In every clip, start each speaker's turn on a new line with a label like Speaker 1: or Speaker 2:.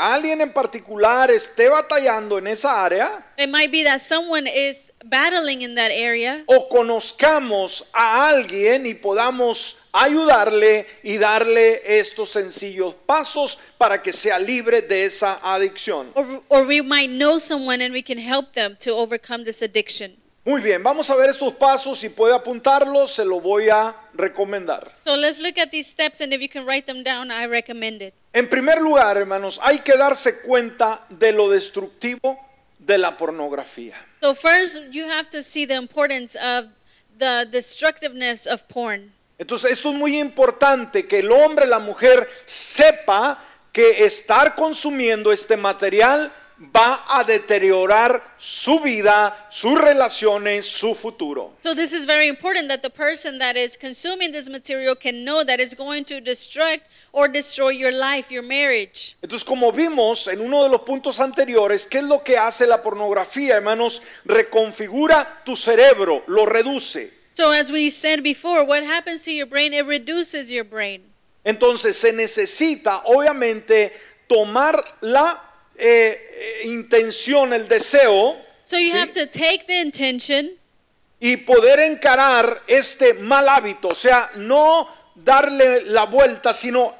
Speaker 1: Alguien en particular esté batallando en esa área
Speaker 2: It might be that someone is battling in that area,
Speaker 1: o conozcamos a alguien y podamos ayudarle y darle estos sencillos pasos para que sea libre de esa adicción.
Speaker 2: or, or we might know someone and we can help them to overcome this addiction.
Speaker 1: Muy bien, vamos a ver estos pasos, si puede apuntarlos, se lo voy a recomendar.
Speaker 2: So let's look at these steps, and if you can write them down, I recommend it.
Speaker 1: En primer lugar, hermanos, hay que darse cuenta de lo destructivo de la pornografía.
Speaker 2: So, first, you have to see the importance of the destructiveness of porn.
Speaker 1: Entonces, esto es muy importante que el hombre, la mujer sepa que estar consumiendo este material va a deteriorar su vida, sus relaciones, su futuro.
Speaker 2: So, this is very important that the person that is consuming this material can know that it's going to destruct or destroy your life, your marriage.
Speaker 1: Entonces, como vimos en uno de los puntos anteriores, ¿qué es lo que hace la pornografía, hermanos? Reconfigura tu cerebro, lo reduce.
Speaker 2: So, as we said before, what happens to your brain? It reduces your brain.
Speaker 1: Entonces se necesita, obviamente, tomar la eh, eh, intención, el deseo,
Speaker 2: So, you
Speaker 1: ¿sí?
Speaker 2: have to take the intention
Speaker 1: y poder encarar este mal hábito. O sea, no darle la vuelta, sino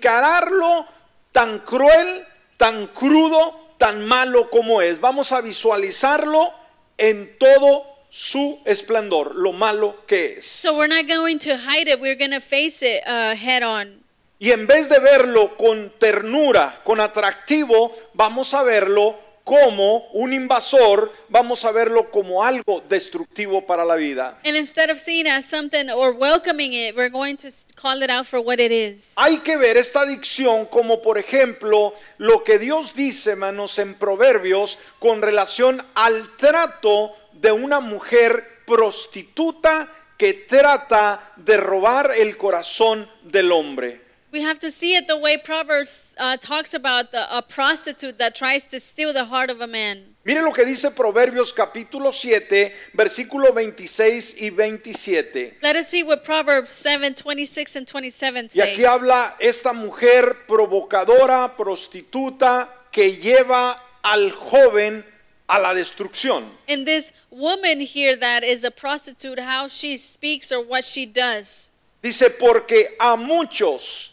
Speaker 1: encararlo tan cruel, tan crudo, tan malo como es. Vamos a visualizarlo en todo su esplendor, lo malo que es.
Speaker 2: So we're not going to hide it. We're going to face it uh, head on.
Speaker 1: Y en vez de verlo con ternura, con atractivo, vamos a verlo como un invasor, vamos a verlo como algo destructivo para la vida.
Speaker 2: And instead of seeing it as something or welcoming it, we're going to s- call it out for what it is.
Speaker 1: Hay que ver esta adicción como por ejemplo lo que Dios dice, hermanos, en Proverbios con relación al trato de una mujer prostituta que trata de robar el corazón del hombre.
Speaker 2: We have to see it the way Proverbs uh, talks about the, a prostitute that tries to steal the heart of a man.
Speaker 1: Mire lo que dice Proverbios capítulo 7, versículo 26 y 27.
Speaker 2: Let us see what Proverbs 7 26 and 27
Speaker 1: Y
Speaker 2: say.
Speaker 1: aquí habla esta mujer provocadora, prostituta, que lleva al joven a la destrucción.
Speaker 2: And this woman here that is a prostitute, how she speaks or what she does.
Speaker 1: Dice, porque a muchos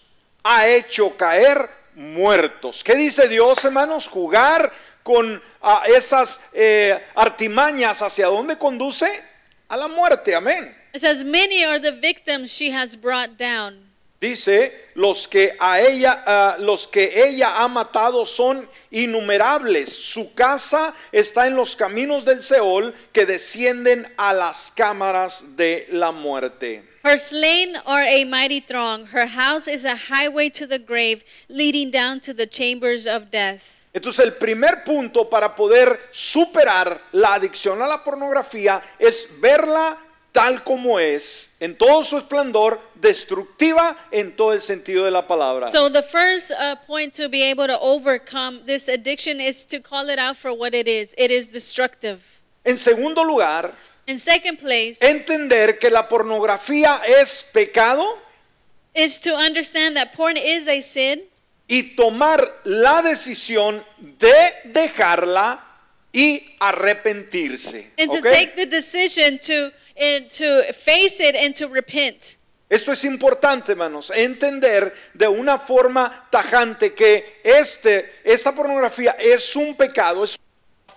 Speaker 1: ha hecho caer muertos. ¿Qué dice Dios, hermanos? Jugar con ah, esas eh, artimañas, ¿hacia dónde conduce? A la muerte, amén.
Speaker 2: It says, Many are the victims she has brought down.
Speaker 1: Dice, los que a ella ah, los que ella ha matado son innumerables. Su casa está en los caminos del Seol que descienden a las cámaras de la muerte.
Speaker 2: Her slain are a mighty throng. Her house is a highway to the grave, leading down to the chambers of death.
Speaker 1: Entonces el primer punto para poder superar la adicción a la pornografía es verla tal como es, en todo su esplendor, destructiva en todo el sentido de la palabra.
Speaker 2: So, the first uh, point to be able to overcome this addiction is to call it out for what it is it is destructive.
Speaker 1: en segundo lugar,
Speaker 2: In second place,
Speaker 1: entender que la pornografía es pecado.
Speaker 2: is to understand that porn is a sin
Speaker 1: y tomar la decisión de dejarla y arrepentirse.
Speaker 2: and
Speaker 1: ¿ok?
Speaker 2: to take the decision to, and to face it and to repent.
Speaker 1: Esto es importante, hermanos, entender de una forma tajante que este, esta pornografía es un pecado, es una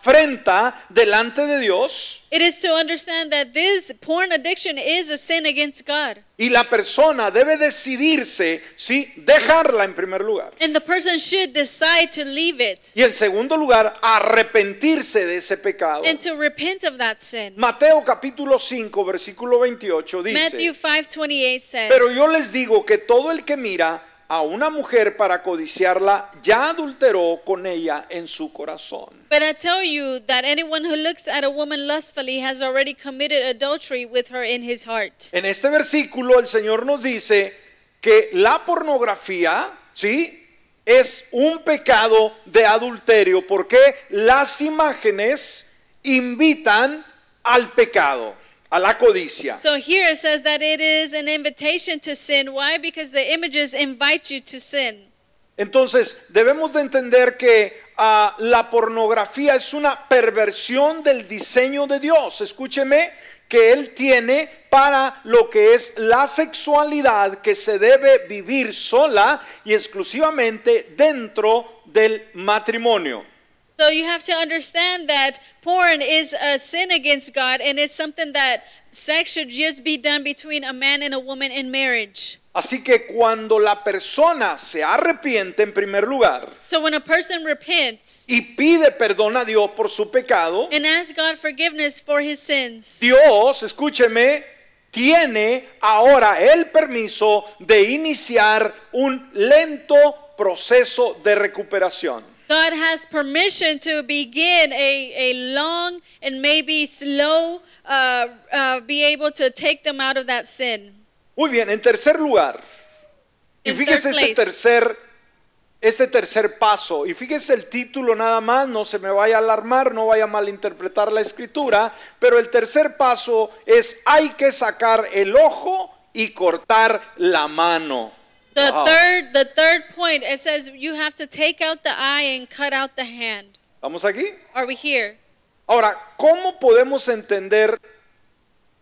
Speaker 1: afrenta delante de Dios
Speaker 2: It is to understand that this porn addiction is a sin against God.
Speaker 1: y la persona debe decidirse, sí, dejarla en primer lugar.
Speaker 2: And the person should decide to leave it
Speaker 1: Y en segundo lugar, arrepentirse de ese pecado.
Speaker 2: and to repent of that sin.
Speaker 1: Mateo capítulo 5, versículo 28 dice.
Speaker 2: Matthew 5:28 says,
Speaker 1: Pero yo les digo que todo el que mira a una mujer para codiciarla ya adulteró con ella en su corazón.
Speaker 2: "But I tell you that anyone who looks at a woman lustfully has already committed adultery with her in his heart."
Speaker 1: En este versículo el Señor nos dice que la pornografía, ¿sí? Es un pecado de adulterio porque las imágenes invitan al pecado, a la codicia.
Speaker 2: So here it says that it is an invitation to sin. Why? Because the images invite you to sin.
Speaker 1: Entonces, debemos de entender que ah, la pornografía es una perversión del diseño de Dios. Escúcheme que Él tiene para lo que es la sexualidad que se debe vivir sola y exclusivamente dentro del matrimonio.
Speaker 2: So you have to understand that porn is a sin against God and it's something that sex should just be done between a man and a woman in marriage.
Speaker 1: Así que cuando la persona se arrepiente en primer lugar
Speaker 2: So when a person repents
Speaker 1: y pide perdón a Dios por su pecado,
Speaker 2: and asks God forgiveness for his sins,
Speaker 1: Dios, escúcheme, tiene ahora el permiso de iniciar un lento proceso de recuperación.
Speaker 2: God has permission to begin a, a long and maybe slow, uh, uh, be able to take them out of that sin.
Speaker 1: Muy bien, en tercer lugar, y
Speaker 2: In
Speaker 1: fíjese
Speaker 2: third
Speaker 1: este
Speaker 2: place.
Speaker 1: tercer, este tercer paso, y fíjese el título nada más, no se me vaya a alarmar, no vaya a malinterpretar la escritura, pero el tercer paso es hay que sacar el ojo y cortar la mano.
Speaker 2: The
Speaker 1: Wow.
Speaker 2: third, the third point, it says you have to take out the eye and cut out the hand.
Speaker 1: ¿Vamos aquí?
Speaker 2: Are we here?
Speaker 1: Ahora, ¿cómo podemos entender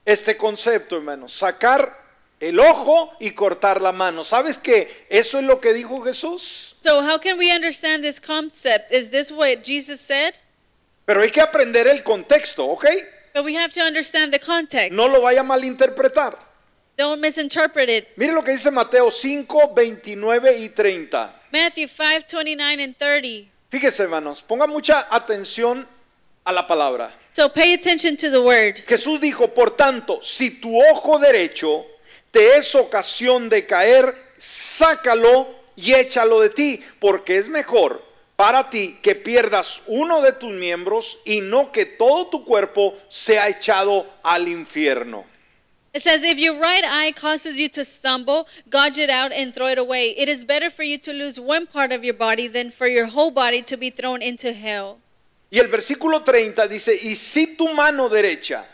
Speaker 1: este concepto, hermano? Sacar el ojo y cortar la mano. ¿Sabes qué? Eso es lo que dijo Jesús.
Speaker 2: So how can we understand this concept? Is this what Jesus said?
Speaker 1: Pero hay que aprender el contexto, ¿ok?
Speaker 2: But we have to understand the context.
Speaker 1: No lo vaya a malinterpretar.
Speaker 2: Don't misinterpret it.
Speaker 1: Mire lo que dice Mateo 5, 29 y 30.
Speaker 2: Matthew 5, 29 and 30.
Speaker 1: Fíjese, hermanos, ponga mucha atención a la palabra.
Speaker 2: So pay attention to the word.
Speaker 1: Jesús dijo, por tanto, si tu ojo derecho te es ocasión de caer, sácalo y échalo de ti, porque es mejor para ti que pierdas uno de tus miembros y no que todo tu cuerpo sea echado al infierno.
Speaker 2: It says, if your right eye causes you to stumble, gouge it out and throw it away. It is better for you to lose one part of your body than for your whole body to be thrown into hell.
Speaker 1: Y el versículo 30 dice, y si tu mano derecha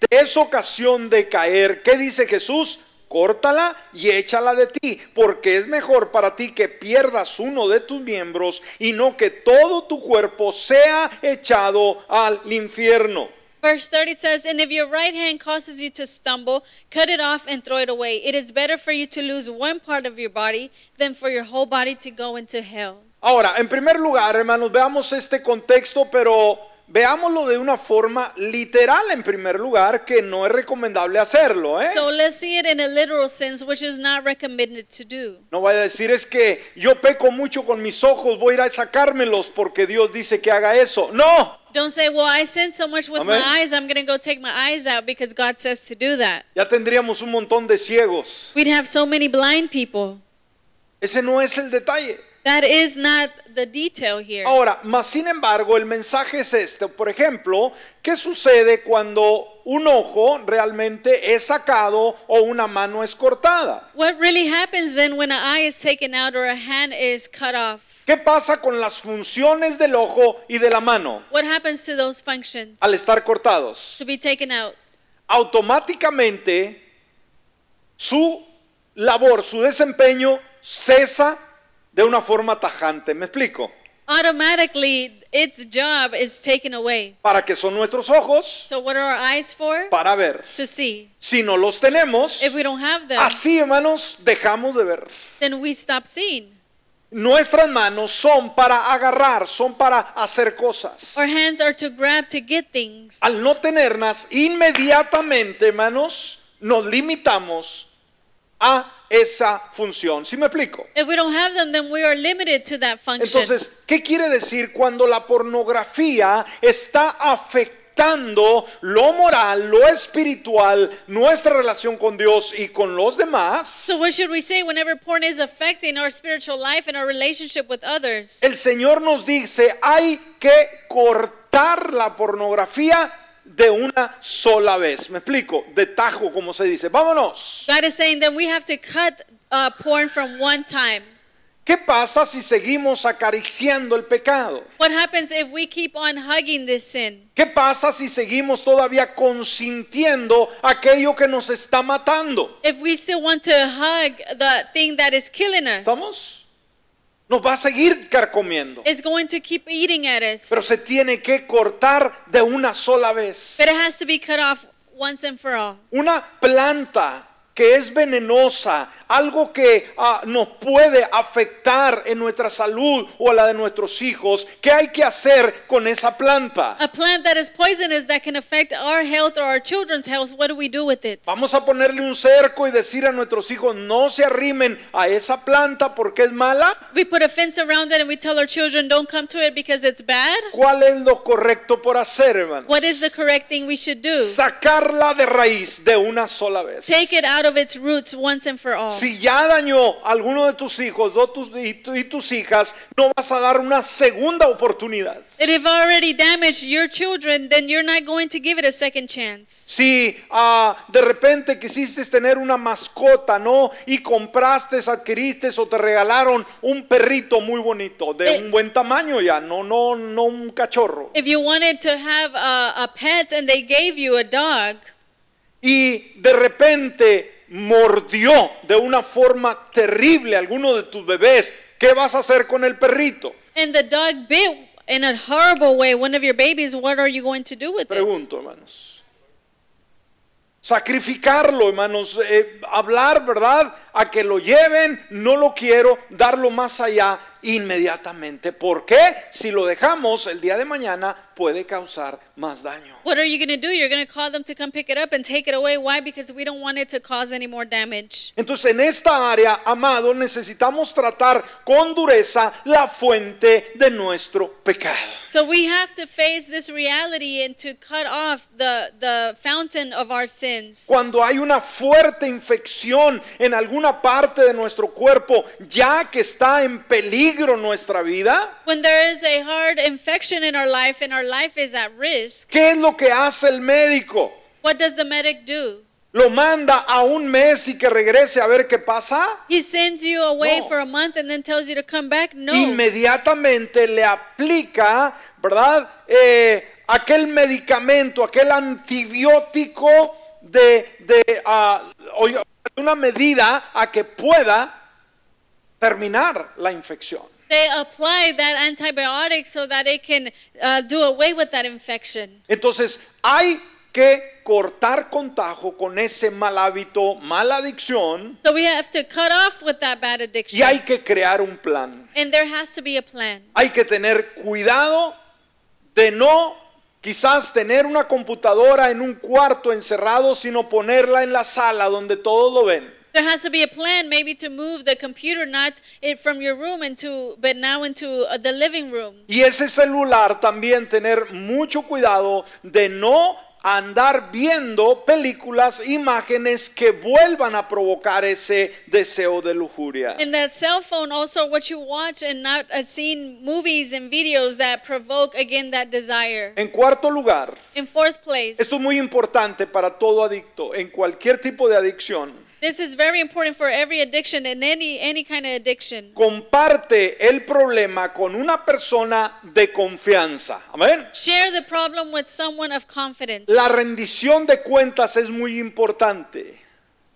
Speaker 1: te es ocasión de caer, ¿qué dice Jesús? Córtala y échala de ti, porque es mejor para ti que pierdas uno de tus miembros y no que todo tu cuerpo sea echado al infierno.
Speaker 2: Verse 30 says, And if your right hand causes you to stumble, cut it off and throw it away. It is better for you to lose one part of your body than for your whole body to go into hell.
Speaker 1: Ahora, en primer lugar, hermanos, veamos este contexto, pero veámoslo de una forma literal, en primer lugar, que no es recomendable hacerlo. ¿eh?
Speaker 2: So let's see it in a literal sense, which is not recommended to do.
Speaker 1: No vaya a decir es que yo peco mucho con mis ojos, voy a ir a sacármelos porque Dios dice que haga eso. No,
Speaker 2: Don't say, Well, I sin so much with
Speaker 1: Amen.
Speaker 2: my eyes, I'm going to go take my eyes out because God says to do that.
Speaker 1: ya tendríamos un montón de ciegos.
Speaker 2: We'd have so many blind people.
Speaker 1: Ese no es el detalle.
Speaker 2: That is not the detail here.
Speaker 1: Ahora, más sin embargo, el mensaje es este. Por ejemplo, ¿qué sucede cuando un ojo realmente es sacado o una mano es cortada?
Speaker 2: What really happens then when an eye is taken out or a hand is cut off?
Speaker 1: ¿Qué pasa con las funciones del ojo y de la mano
Speaker 2: What happens to those functions?
Speaker 1: al estar cortados?
Speaker 2: to be taken out.
Speaker 1: automáticamente su labor, su desempeño cesa de una forma tajante. ¿Me explico?
Speaker 2: Automatically, its job is taken away.
Speaker 1: ¿Para qué son nuestros ojos?
Speaker 2: So, what are our eyes for?
Speaker 1: Para ver.
Speaker 2: To see.
Speaker 1: Si no los tenemos,
Speaker 2: If we don't have them,
Speaker 1: así hermanos, dejamos de ver.
Speaker 2: then we stop seeing.
Speaker 1: Nuestras manos son para agarrar, son para hacer cosas.
Speaker 2: Our hands are to grab to get things.
Speaker 1: Al no tenerlas, inmediatamente, hermanos, nos limitamos a esa función. ¿Sí me explico?
Speaker 2: If we don't have them, then we are limited to that function.
Speaker 1: Entonces, ¿qué quiere decir cuando la pornografía está afectando lo moral, lo espiritual, nuestra relación con Dios y con los demás?
Speaker 2: so, what should we say whenever porn is affecting our spiritual life and our relationship with others?
Speaker 1: El Señor nos dice, hay que cortar la pornografía de una sola vez. Me explico, de tajo, como se dice. Vámonos.
Speaker 2: God is saying that we have to cut uh, porn from one time.
Speaker 1: ¿Qué pasa si seguimos acariciando el pecado?
Speaker 2: What happens if we keep on hugging this sin?
Speaker 1: ¿Qué pasa si seguimos todavía consintiendo aquello que nos está matando?
Speaker 2: if we still want to hug the thing that is killing us.
Speaker 1: ¿Estamos? Nos va a seguir carcomiendo.
Speaker 2: It's going to keep eating at us.
Speaker 1: Pero se tiene que cortar de una sola vez.
Speaker 2: But it has to be cut off once and for all.
Speaker 1: Una planta que es venenosa, algo que ah, nos puede afectar en nuestra salud o a la de nuestros hijos, ¿qué hay que hacer con esa planta?
Speaker 2: A plant that is poisonous that can affect our health or our children's health, what do we do with it?
Speaker 1: Vamos a ponerle un cerco y decir a nuestros hijos, no se arrimen a esa planta porque es mala.
Speaker 2: We put a fence around it and we tell our children don't come to it because it's bad.
Speaker 1: ¿Cuál es lo correcto por hacer, hermano?
Speaker 2: What is the correct thing we should do?
Speaker 1: Sacarla de raíz de una sola vez.
Speaker 2: Take it out of its roots once and for all.
Speaker 1: Si ya dañó a alguno de tus hijos o tus- y, tu- y tus hijas, no vas a dar una segunda oportunidad.
Speaker 2: And if already damaged your children, then you're not going to give it a second chance.
Speaker 1: Si ah, de repente quisiste tener una mascota, ¿no? Y compraste, adquiriste o te regalaron un perrito muy bonito, de
Speaker 2: Eh.
Speaker 1: un buen tamaño ya, no, no, no un cachorro.
Speaker 2: If you wanted to have a, a pet and they gave you a dog
Speaker 1: Y de repente mordió de una forma terrible a alguno de tus bebés, ¿qué vas a hacer con el perrito?
Speaker 2: and the dog bit in a horrible way one of your babies, what are you going to do with it?
Speaker 1: Pregunto, hermanos. Sacrificarlo, hermanos. eh, hablar, ¿verdad? A que lo lleven, no lo quiero, darlo más allá inmediatamente. Porque si lo dejamos el día de mañana puede causar más daño.
Speaker 2: What are you going to do? You're going to call them to come pick it up and take it away. Why? Because we don't want it to cause any more damage.
Speaker 1: Entonces en esta área, amado, necesitamos tratar con dureza la fuente de nuestro pecado.
Speaker 2: So we have to face this reality and to cut off the, the fountain of our sins.
Speaker 1: Cuando hay una fuerte infección en alguna parte de nuestro cuerpo, ya que está en peligro nuestra vida,
Speaker 2: When there is a hard infection in our life and our life is at risk,
Speaker 1: ¿Qué es lo que hace el médico?
Speaker 2: what does the medic do?
Speaker 1: ¿Lo manda a un mes y que regrese a ver qué pasa?
Speaker 2: He sends you away
Speaker 1: No.
Speaker 2: for a month and then tells you to come back? No.
Speaker 1: Inmediatamente le aplica, ¿verdad? Eh, aquel medicamento, aquel antibiótico de, de, ah, oye, una medida a que pueda terminar la infección.
Speaker 2: They apply that antibiotic so that it can uh, do away with that infection.
Speaker 1: Entonces hay que cortar contajo con ese mal hábito, mala adicción,
Speaker 2: So we have to cut off with that bad addiction.
Speaker 1: y hay que crear un plan.
Speaker 2: And there has to be a plan.
Speaker 1: hay que tener cuidado de no quizás tener una computadora en un cuarto encerrado, sino ponerla en la sala donde todos lo ven.
Speaker 2: There has to be a plan maybe to move the computer not it from your room into but now into uh, the living room.
Speaker 1: Y ese celular también tener mucho cuidado de no andar viendo películas, imágenes que vuelvan a provocar ese deseo de lujuria.
Speaker 2: And that cell phone also what you watch and not uh, seeing movies and videos that provoke again that desire.
Speaker 1: En cuarto lugar,
Speaker 2: In fourth place,
Speaker 1: esto es muy importante para todo adicto, en cualquier tipo de adicción.
Speaker 2: this is very important for every addiction and any any kind of addiction.
Speaker 1: comparte el problema con una persona de confianza. Amén.
Speaker 2: Share the problem with someone of confidence.
Speaker 1: La rendición de cuentas es muy importante.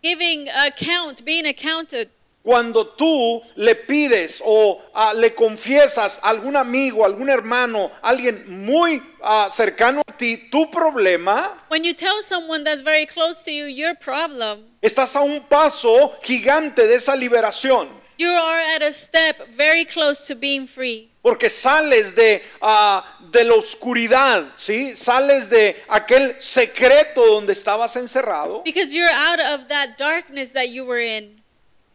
Speaker 2: Giving account, being accounted.
Speaker 1: Cuando tú le pides o ah, le confiesas a algún amigo, algún hermano, alguien muy ah, cercano a ti tu problema,
Speaker 2: When you tell someone that's very close to you your problem,
Speaker 1: estás a un paso gigante de esa liberación.
Speaker 2: You are at a step very close to being free.
Speaker 1: Porque sales de, ah, de la oscuridad, ¿sí? Sales de aquel secreto donde estabas encerrado.
Speaker 2: Because you're out of that darkness that you were in.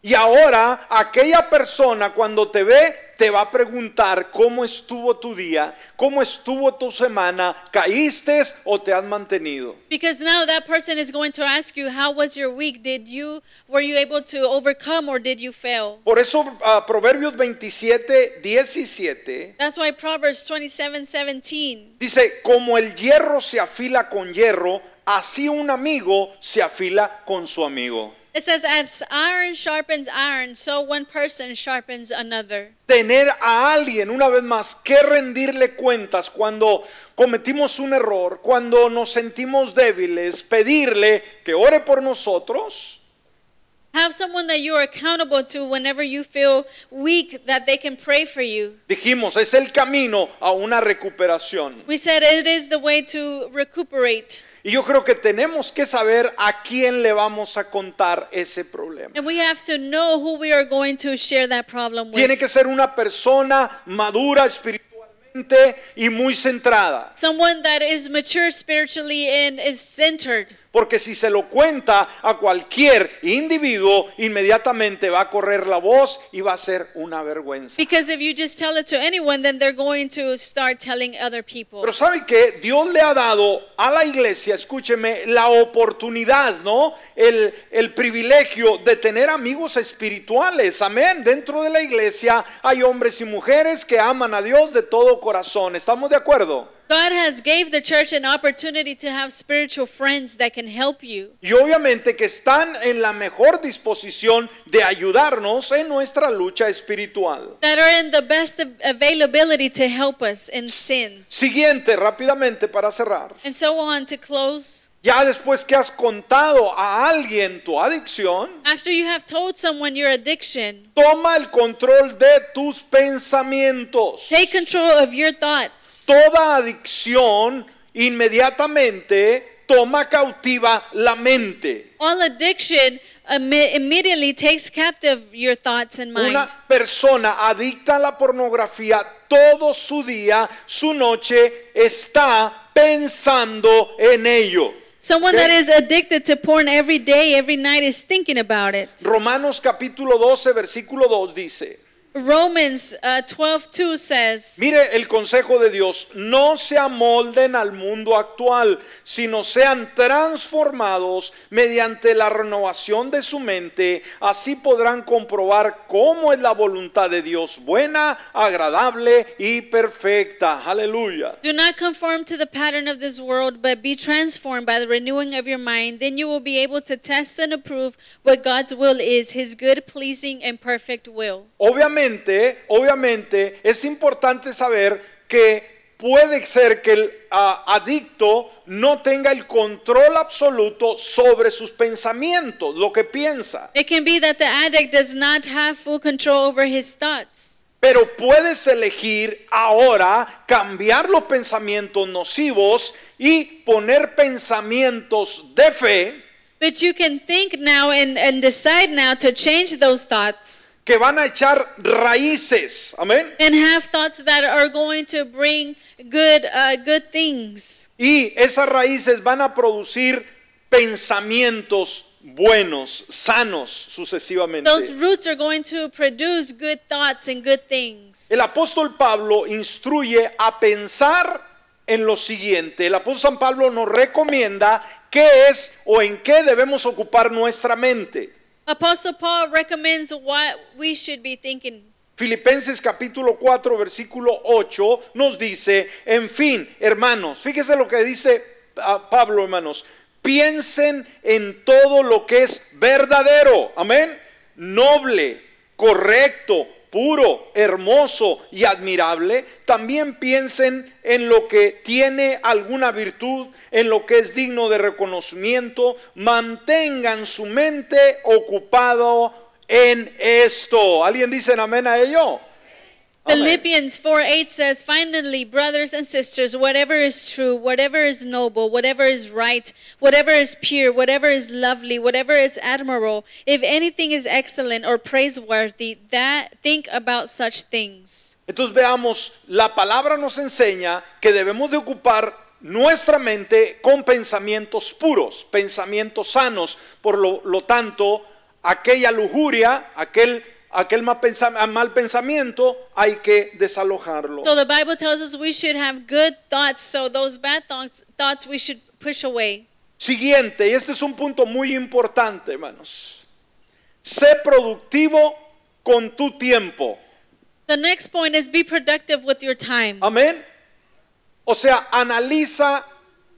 Speaker 1: Y ahora aquella persona cuando te ve te va a preguntar cómo estuvo tu día, cómo estuvo tu semana, caíste o te has mantenido.
Speaker 2: Because now that person is going to ask you, How was your week? Did you were you able to overcome or did you fail?
Speaker 1: Por eso ah, Proverbios 27, 17
Speaker 2: That's why Proverbs 27, 17
Speaker 1: dice, como el hierro se afila con hierro, así un amigo se afila con su amigo.
Speaker 2: it says, As iron sharpens iron, so one person sharpens another.
Speaker 1: tener a alguien una vez más que rendirle cuentas cuando cometimos un error, cuando nos sentimos débiles, pedirle que ore por nosotros
Speaker 2: Have someone that you are accountable to whenever you feel weak that they can pray for you.
Speaker 1: Dijimos, es el camino a una recuperación.
Speaker 2: We said it is the way to recuperate.
Speaker 1: Y yo creo que tenemos que saber a quién le vamos a contar ese problema.
Speaker 2: And we have to know who we are going to share that problem
Speaker 1: Tiene
Speaker 2: with.
Speaker 1: que ser una persona madura espiritualmente y muy centrada.
Speaker 2: Someone that is mature spiritually and is centered.
Speaker 1: Porque si se lo cuenta a cualquier individuo, inmediatamente va a correr la voz y va a ser una vergüenza.
Speaker 2: Because if you just tell it to anyone, then they're going to start telling other people.
Speaker 1: Pero sabe que Dios le ha dado a la iglesia, escúcheme, la oportunidad, ¿no? El, el privilegio de tener amigos espirituales, amén. Dentro de la iglesia hay hombres y mujeres que aman a Dios de todo corazón. ¿Estamos de acuerdo?
Speaker 2: God has gave the church an opportunity to have spiritual friends that can help you.
Speaker 1: Y obviamente que están en la mejor disposición de ayudarnos en nuestra lucha espiritual.
Speaker 2: That are in the best av- availability to help us in sins.
Speaker 1: Siguiente, rápidamente para cerrar.
Speaker 2: And so on to close.
Speaker 1: Ya después que has contado a alguien tu adicción,
Speaker 2: After you have told someone your addiction,
Speaker 1: toma el control de tus pensamientos.
Speaker 2: take control of your thoughts.
Speaker 1: Toda adicción inmediatamente toma cautiva la mente.
Speaker 2: All addiction imme- immediately takes captive your thoughts and mind.
Speaker 1: Una persona adicta a la pornografía todo su día, su noche, está pensando en ello.
Speaker 2: Someone that is addicted to porn every day, every night is thinking about it.
Speaker 1: Romanos capítulo 12, versículo 2 dice.
Speaker 2: Romans uh, 12 2 says,
Speaker 1: Mire el consejo de Dios, no se amolden al mundo actual, sino sean transformados mediante la renovación de su mente, así podrán comprobar cómo es la voluntad de Dios, buena, agradable y perfecta. Aleluya.
Speaker 2: Do not conform to the pattern of this world, but be transformed by the renewing of your mind. Then you will be able to test and approve what God's will is, his good, pleasing, and perfect will.
Speaker 1: Obviamente, obviamente es importante saber que puede ser que el ah, adicto no tenga el control absoluto sobre sus pensamientos, lo que piensa.
Speaker 2: It can be that the addict does not have full control over his thoughts,
Speaker 1: Pero puedes elegir ahora cambiar los pensamientos nocivos y poner pensamientos de fe
Speaker 2: but you can think now and, and decide now to change those thoughts
Speaker 1: que van a echar raíces. Amén.
Speaker 2: and have thoughts that are going to bring good, uh, good things.
Speaker 1: Y esas raíces van a producir pensamientos buenos, sanos, sucesivamente.
Speaker 2: Those roots are going to produce good thoughts and good things.
Speaker 1: El apóstol Pablo instruye a pensar en lo siguiente. El apóstol San Pablo nos recomienda qué es o en qué debemos ocupar nuestra mente.
Speaker 2: Apostle Paul recommends what we should be thinking.
Speaker 1: Filipenses capítulo 4 versículo 8 nos dice, en fin, hermanos, fíjese lo que dice ah, Pablo, hermanos, piensen en todo lo que es verdadero, amén, noble, correcto, puro, hermoso y admirable. También piensen en lo que tiene alguna virtud, en lo que es digno de reconocimiento. Mantengan su mente ocupado en esto. ¿Alguien dice amén a ello? Amén.
Speaker 2: Philippians 4 8 says, Finally, brothers and sisters, whatever is true, whatever is noble, whatever is right, whatever is pure, whatever is lovely, whatever is admirable, if anything is excellent or praiseworthy, that think about such things.
Speaker 1: Entonces veamos, la palabra nos enseña que debemos de ocupar nuestra mente con pensamientos puros, pensamientos sanos. Por lo, lo tanto, aquella lujuria, aquel, aquel mal, pensa- mal pensamiento, hay que desalojarlo.
Speaker 2: So the Bible tells us we should have good thoughts, so those bad thoughts, thoughts we should push away.
Speaker 1: Siguiente, y este es un punto muy importante, hermanos. Sé productivo con tu tiempo.
Speaker 2: The next point is be productive with your time.
Speaker 1: Amén. O sea, analiza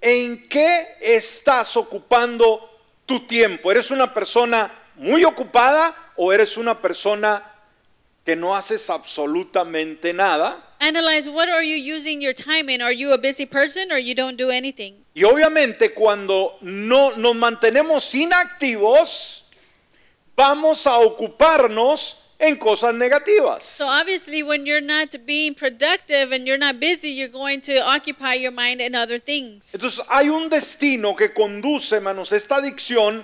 Speaker 1: en qué estás ocupando tu tiempo. ¿Eres una persona muy ocupada o eres una persona que no haces absolutamente nada?
Speaker 2: Analyze what are you using your time in? Are you a busy person or you don't do anything?
Speaker 1: Y obviamente cuando no nos mantenemos inactivos, vamos a ocuparnos en cosas negativas.
Speaker 2: So obviously, when you're not being productive and you're not busy, you're going to occupy your mind in other things.
Speaker 1: Entonces hay un destino que conduce, hermanos, esta adicción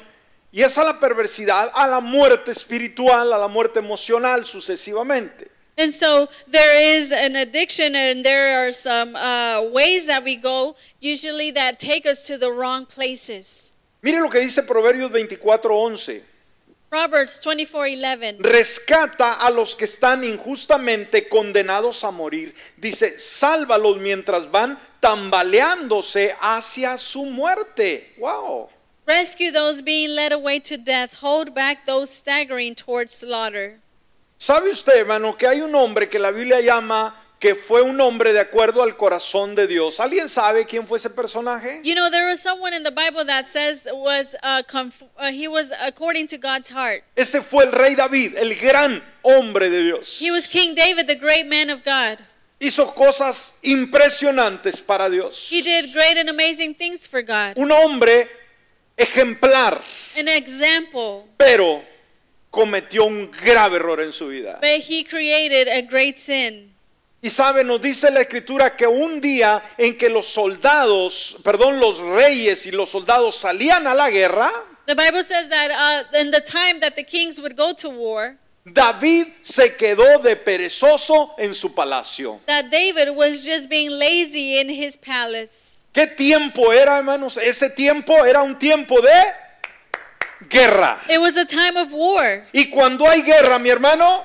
Speaker 1: y es a la perversidad, a la muerte espiritual, a la muerte emocional sucesivamente.
Speaker 2: And so there is an addiction, and there are some uh, ways that we go, usually that take us to the wrong places.
Speaker 1: Mire lo que dice Proverbios 24:11.
Speaker 2: Proverbs 24:11.
Speaker 1: Rescata a los que están injustamente condenados a morir. Dice, sálvalos mientras van tambaleándose hacia su muerte. Wow.
Speaker 2: Rescue those being led away to death, hold back those staggering towards slaughter.
Speaker 1: ¿Sabe usted, hermano, que hay un hombre que la Biblia llama que fue un hombre de acuerdo al corazón de Dios? ¿Alguien sabe quién fue ese personaje?
Speaker 2: You know, there was someone in the Bible that says was uh, conf- uh, he was according to God's heart.
Speaker 1: Este fue el rey David, el gran hombre de Dios.
Speaker 2: He was King David, the great man of God.
Speaker 1: Hizo cosas impresionantes para Dios.
Speaker 2: He did great and amazing things for God.
Speaker 1: Un hombre ejemplar,
Speaker 2: An example,
Speaker 1: pero cometió un grave error en su vida.
Speaker 2: but he created a great sin.
Speaker 1: Y sabe, nos dice la escritura que un día en que los soldados, perdón, los reyes y los soldados salían a la guerra,
Speaker 2: The Bible says that uh, in the time that the kings would go to war,
Speaker 1: David se quedó de perezoso en su palacio.
Speaker 2: that David was just being lazy in his palace.
Speaker 1: ¿Qué tiempo era, hermanos? Ese tiempo era un tiempo de guerra.
Speaker 2: It was a time of war.
Speaker 1: Y cuando hay guerra, mi hermano,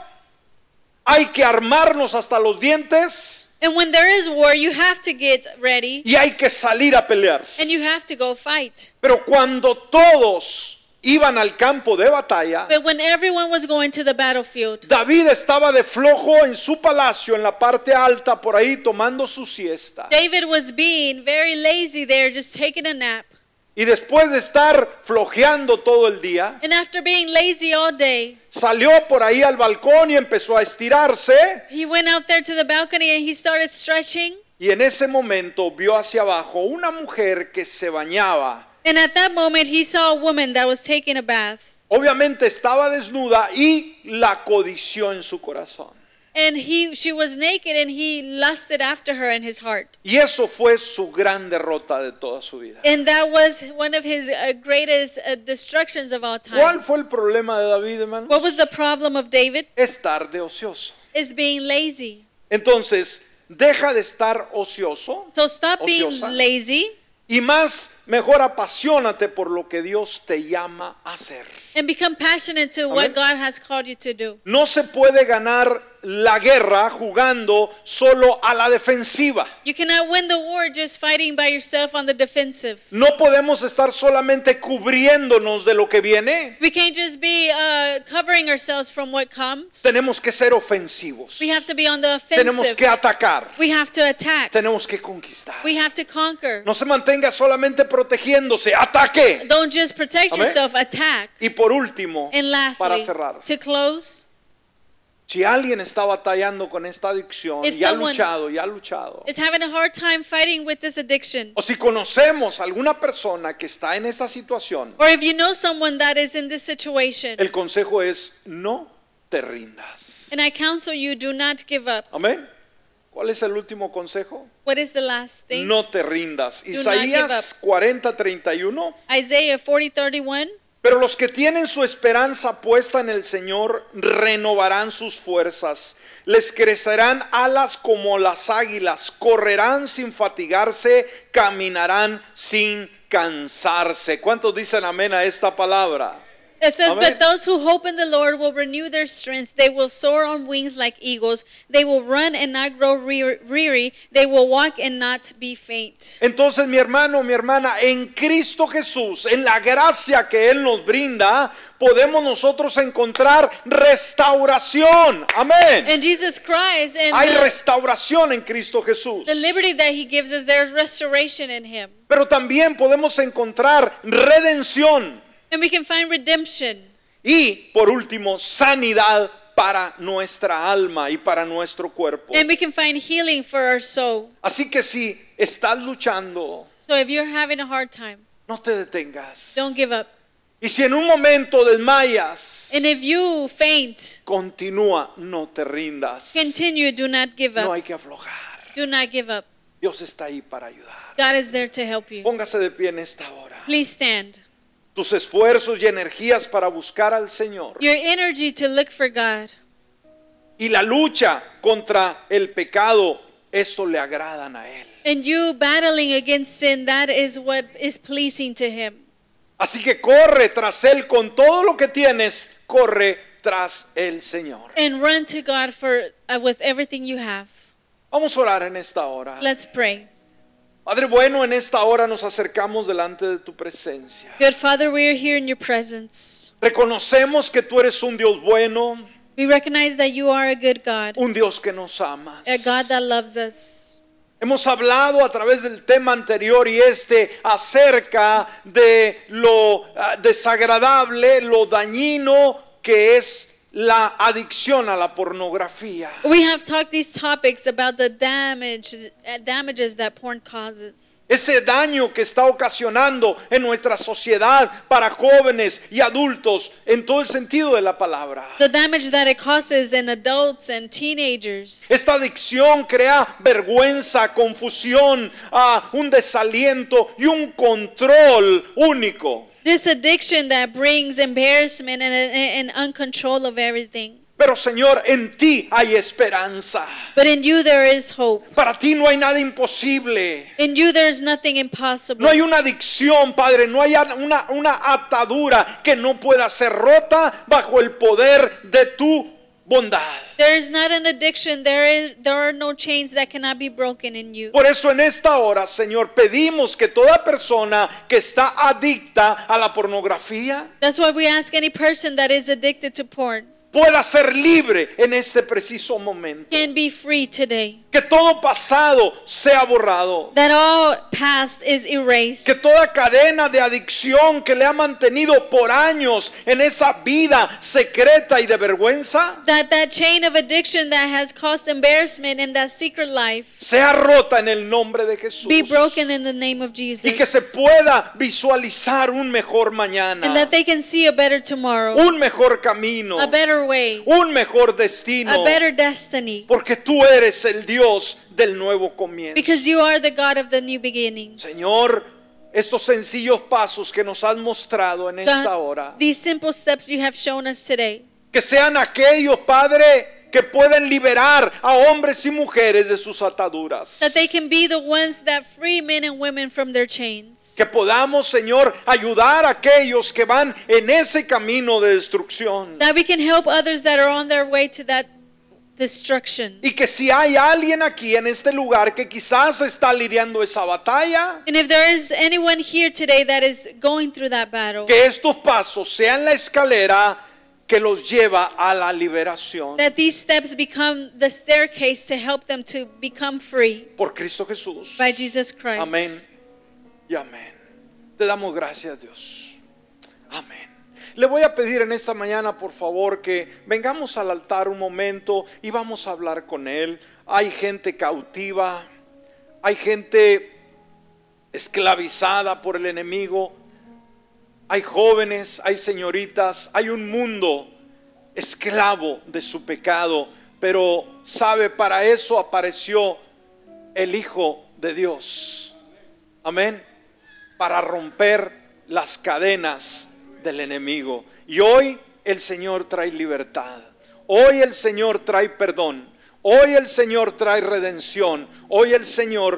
Speaker 1: hay que armarnos hasta los dientes
Speaker 2: And when there is war, you have to get ready
Speaker 1: y hay que salir a pelear.
Speaker 2: and you have to go fight.
Speaker 1: Pero cuando todos iban al campo de batalla,
Speaker 2: But when everyone was going to the battlefield,
Speaker 1: David estaba de flojo en su palacio, en la parte alta, por ahí tomando su siesta.
Speaker 2: David was being very lazy there, just taking a nap.
Speaker 1: Y después de estar flojeando todo el día,
Speaker 2: And after being lazy all day,
Speaker 1: salió por ahí al balcón y empezó a estirarse.
Speaker 2: he went out there to the balcony and he started stretching.
Speaker 1: Y en ese momento vio hacia abajo una mujer que se bañaba.
Speaker 2: And at that moment, he saw a woman that was taking a bath.
Speaker 1: Obviamente estaba desnuda y la codició en su corazón.
Speaker 2: And he, she was naked and he lusted after her in his heart.
Speaker 1: Y eso fue su gran derrota de toda su vida.
Speaker 2: And that was one of his uh, greatest uh, destructions of all
Speaker 1: ¿Cuál
Speaker 2: time.
Speaker 1: fue el problema de David, hermano?
Speaker 2: What was the problem of David?
Speaker 1: Estar de ocioso.
Speaker 2: Is being lazy.
Speaker 1: Entonces, deja de estar ocioso
Speaker 2: So stop being
Speaker 1: Ociosa.
Speaker 2: lazy
Speaker 1: y más, mejor apasionate por lo que Dios te llama a hacer.
Speaker 2: and become passionate to
Speaker 1: Amen.
Speaker 2: what God has called you to do.
Speaker 1: No se puede ganar la guerra jugando solo a la defensiva.
Speaker 2: You cannot win the war just fighting by yourself on the defensive.
Speaker 1: No podemos estar solamente cubriéndonos de lo que viene.
Speaker 2: We can't just be uh, covering ourselves from what comes.
Speaker 1: Tenemos que ser ofensivos.
Speaker 2: We have to be on the
Speaker 1: Tenemos
Speaker 2: offensive.
Speaker 1: que atacar.
Speaker 2: We have to attack.
Speaker 1: Tenemos que conquistar.
Speaker 2: We have to conquer.
Speaker 1: No se mantenga solamente protegiéndose. Ataque.
Speaker 2: Don't just protect
Speaker 1: Amen.
Speaker 2: yourself, attack.
Speaker 1: Y por último,
Speaker 2: And
Speaker 1: para
Speaker 2: lastly,
Speaker 1: cerrar,
Speaker 2: to close,
Speaker 1: si alguien está batallando con esta adicción
Speaker 2: If
Speaker 1: y ha
Speaker 2: someone-
Speaker 1: luchado, y ha luchado,
Speaker 2: is having a hard time fighting with this addiction.
Speaker 1: o si conocemos a alguna persona que está en esta situación,
Speaker 2: Or if you know someone that is in this situation,
Speaker 1: el consejo es no te rindas.
Speaker 2: and I counsel you, do not give up.
Speaker 1: Amén. ¿Cuál es el último consejo?
Speaker 2: What is the last thing?
Speaker 1: No te rindas.
Speaker 2: not
Speaker 1: Isaías 40, 31.
Speaker 2: Isaiah 40 31.
Speaker 1: Pero los que tienen su esperanza puesta en el Señor renovarán sus fuerzas, les crecerán alas como las águilas, correrán sin fatigarse, caminarán sin cansarse. ¿Cuántos dicen amén a esta palabra?
Speaker 2: It says,
Speaker 1: Amen.
Speaker 2: But those who hope in the Lord will renew their strength. They will soar on wings like eagles. They will run and not grow re- weary. They will walk and not be faint.
Speaker 1: Entonces mi hermano, mi hermana, en Cristo Jesús, en la gracia que Él nos brinda, podemos nosotros encontrar restauración. Amén.
Speaker 2: And Jesus Christ and
Speaker 1: Hay
Speaker 2: the,
Speaker 1: restauración en Cristo Jesús.
Speaker 2: the liberty that he gives us, there's restoration in him.
Speaker 1: Pero también podemos encontrar redención
Speaker 2: And we can find redemption.
Speaker 1: y, por último, sanidad para nuestra alma y para nuestro cuerpo.
Speaker 2: And we can find healing for our soul.
Speaker 1: Así que si estás luchando,
Speaker 2: So if you're having a hard time,
Speaker 1: no te detengas.
Speaker 2: don't give up.
Speaker 1: Y si en un momento desmayas,
Speaker 2: And if you faint,
Speaker 1: continúa, no te rindas.
Speaker 2: continue, do not give
Speaker 1: No
Speaker 2: up.
Speaker 1: hay que aflojar.
Speaker 2: Do not give up.
Speaker 1: Dios está ahí para ayudar.
Speaker 2: God is there to help you.
Speaker 1: Póngase de pie en esta hora.
Speaker 2: Please stand.
Speaker 1: Tus esfuerzos y energías para buscar al Señor
Speaker 2: Your energy to look for God
Speaker 1: y la lucha contra el pecado, esto le agradan a Él.
Speaker 2: and you battling against sin, that is what is pleasing to Him.
Speaker 1: Así que corre tras Él con todo lo que tienes, corre tras el Señor.
Speaker 2: And run to God for uh, with everything you have.
Speaker 1: Vamos a orar en esta hora.
Speaker 2: Let's pray.
Speaker 1: Padre bueno, en esta hora nos acercamos delante de tu presencia.
Speaker 2: Good Father, we are here in your presence.
Speaker 1: Reconocemos que tú eres un Dios bueno,
Speaker 2: We recognize that you are a good God,
Speaker 1: un Dios que nos amas.
Speaker 2: a God that loves us.
Speaker 1: Hemos hablado a través del tema anterior y este acerca de lo ah, desagradable, lo dañino que es la adicción a la pornografía.
Speaker 2: We have talked these topics about the damage, uh, damages that porn causes.
Speaker 1: Ese daño que está ocasionando en nuestra sociedad para jóvenes y adultos en todo el sentido de la palabra.
Speaker 2: The damage that it causes in adults and teenagers.
Speaker 1: Esta adicción crea vergüenza, confusión, ah, un desaliento y un control único.
Speaker 2: This addiction that brings embarrassment and, and, and uncontrol of everything.
Speaker 1: Pero Señor, en ti hay esperanza.
Speaker 2: But in you there is hope.
Speaker 1: Para ti no hay nada imposible.
Speaker 2: In you there is nothing impossible.
Speaker 1: No hay una adicción, Padre, no hay una, una atadura que no pueda ser rota bajo el poder de tu bondad.
Speaker 2: There is not an addiction. There is there are no chains that cannot be broken in you.
Speaker 1: Por eso en esta hora, Señor, pedimos que toda persona que está adicta a la pornografía,
Speaker 2: That's why we ask any person that is addicted to porn
Speaker 1: pueda ser libre en este preciso momento.
Speaker 2: can be free today.
Speaker 1: Que todo pasado sea borrado.
Speaker 2: That all past is erased.
Speaker 1: Que toda cadena de adicción que le ha mantenido por años en esa vida secreta y de vergüenza
Speaker 2: That that chain of addiction that has caused embarrassment in that secret life
Speaker 1: sea rota en el nombre de Jesús.
Speaker 2: be broken in the name of
Speaker 1: Y que se
Speaker 2: Jesus.
Speaker 1: pueda visualizar un mejor mañana,
Speaker 2: And that they can see a better tomorrow,
Speaker 1: un mejor camino,
Speaker 2: a better way,
Speaker 1: un mejor destino.
Speaker 2: a better destiny.
Speaker 1: Porque tú eres el Dios del nuevo comienzo.
Speaker 2: Because you are the God of the new beginnings.
Speaker 1: Señor, estos sencillos pasos que nos has mostrado en esta hora,
Speaker 2: God, these simple steps you have shown us today.
Speaker 1: que sean aquellos, Padre, que pueden liberar a hombres y mujeres de sus ataduras.
Speaker 2: that they can be the ones that free men and women from their chains.
Speaker 1: Que podamos, Señor, ayudar a aquellos que van en ese camino de destrucción.
Speaker 2: That we can help others that are on their way to that destruction.
Speaker 1: Y que si hay alguien aquí en este lugar que quizás está lidiando esa batalla,
Speaker 2: And if there is anyone here today that is going through that battle,
Speaker 1: que estos pasos sean la escalera que los lleva a la liberación.
Speaker 2: that these steps become the staircase to help them to become free
Speaker 1: Por Cristo Jesús.
Speaker 2: by Jesus Christ.
Speaker 1: Amén y amén. Te damos gracias, Dios. Amén. Le voy a pedir en esta mañana, por favor, que vengamos al altar un momento y vamos a hablar con Él. Hay gente cautiva, hay gente esclavizada por el enemigo, hay jóvenes, hay señoritas, hay un mundo esclavo de su pecado, pero sabe, para eso apareció el Hijo de Dios. Amén. Para romper las cadenas del enemigo. Y hoy el Señor trae libertad. Hoy el Señor trae perdón. Hoy el Señor trae redención. Hoy el Señor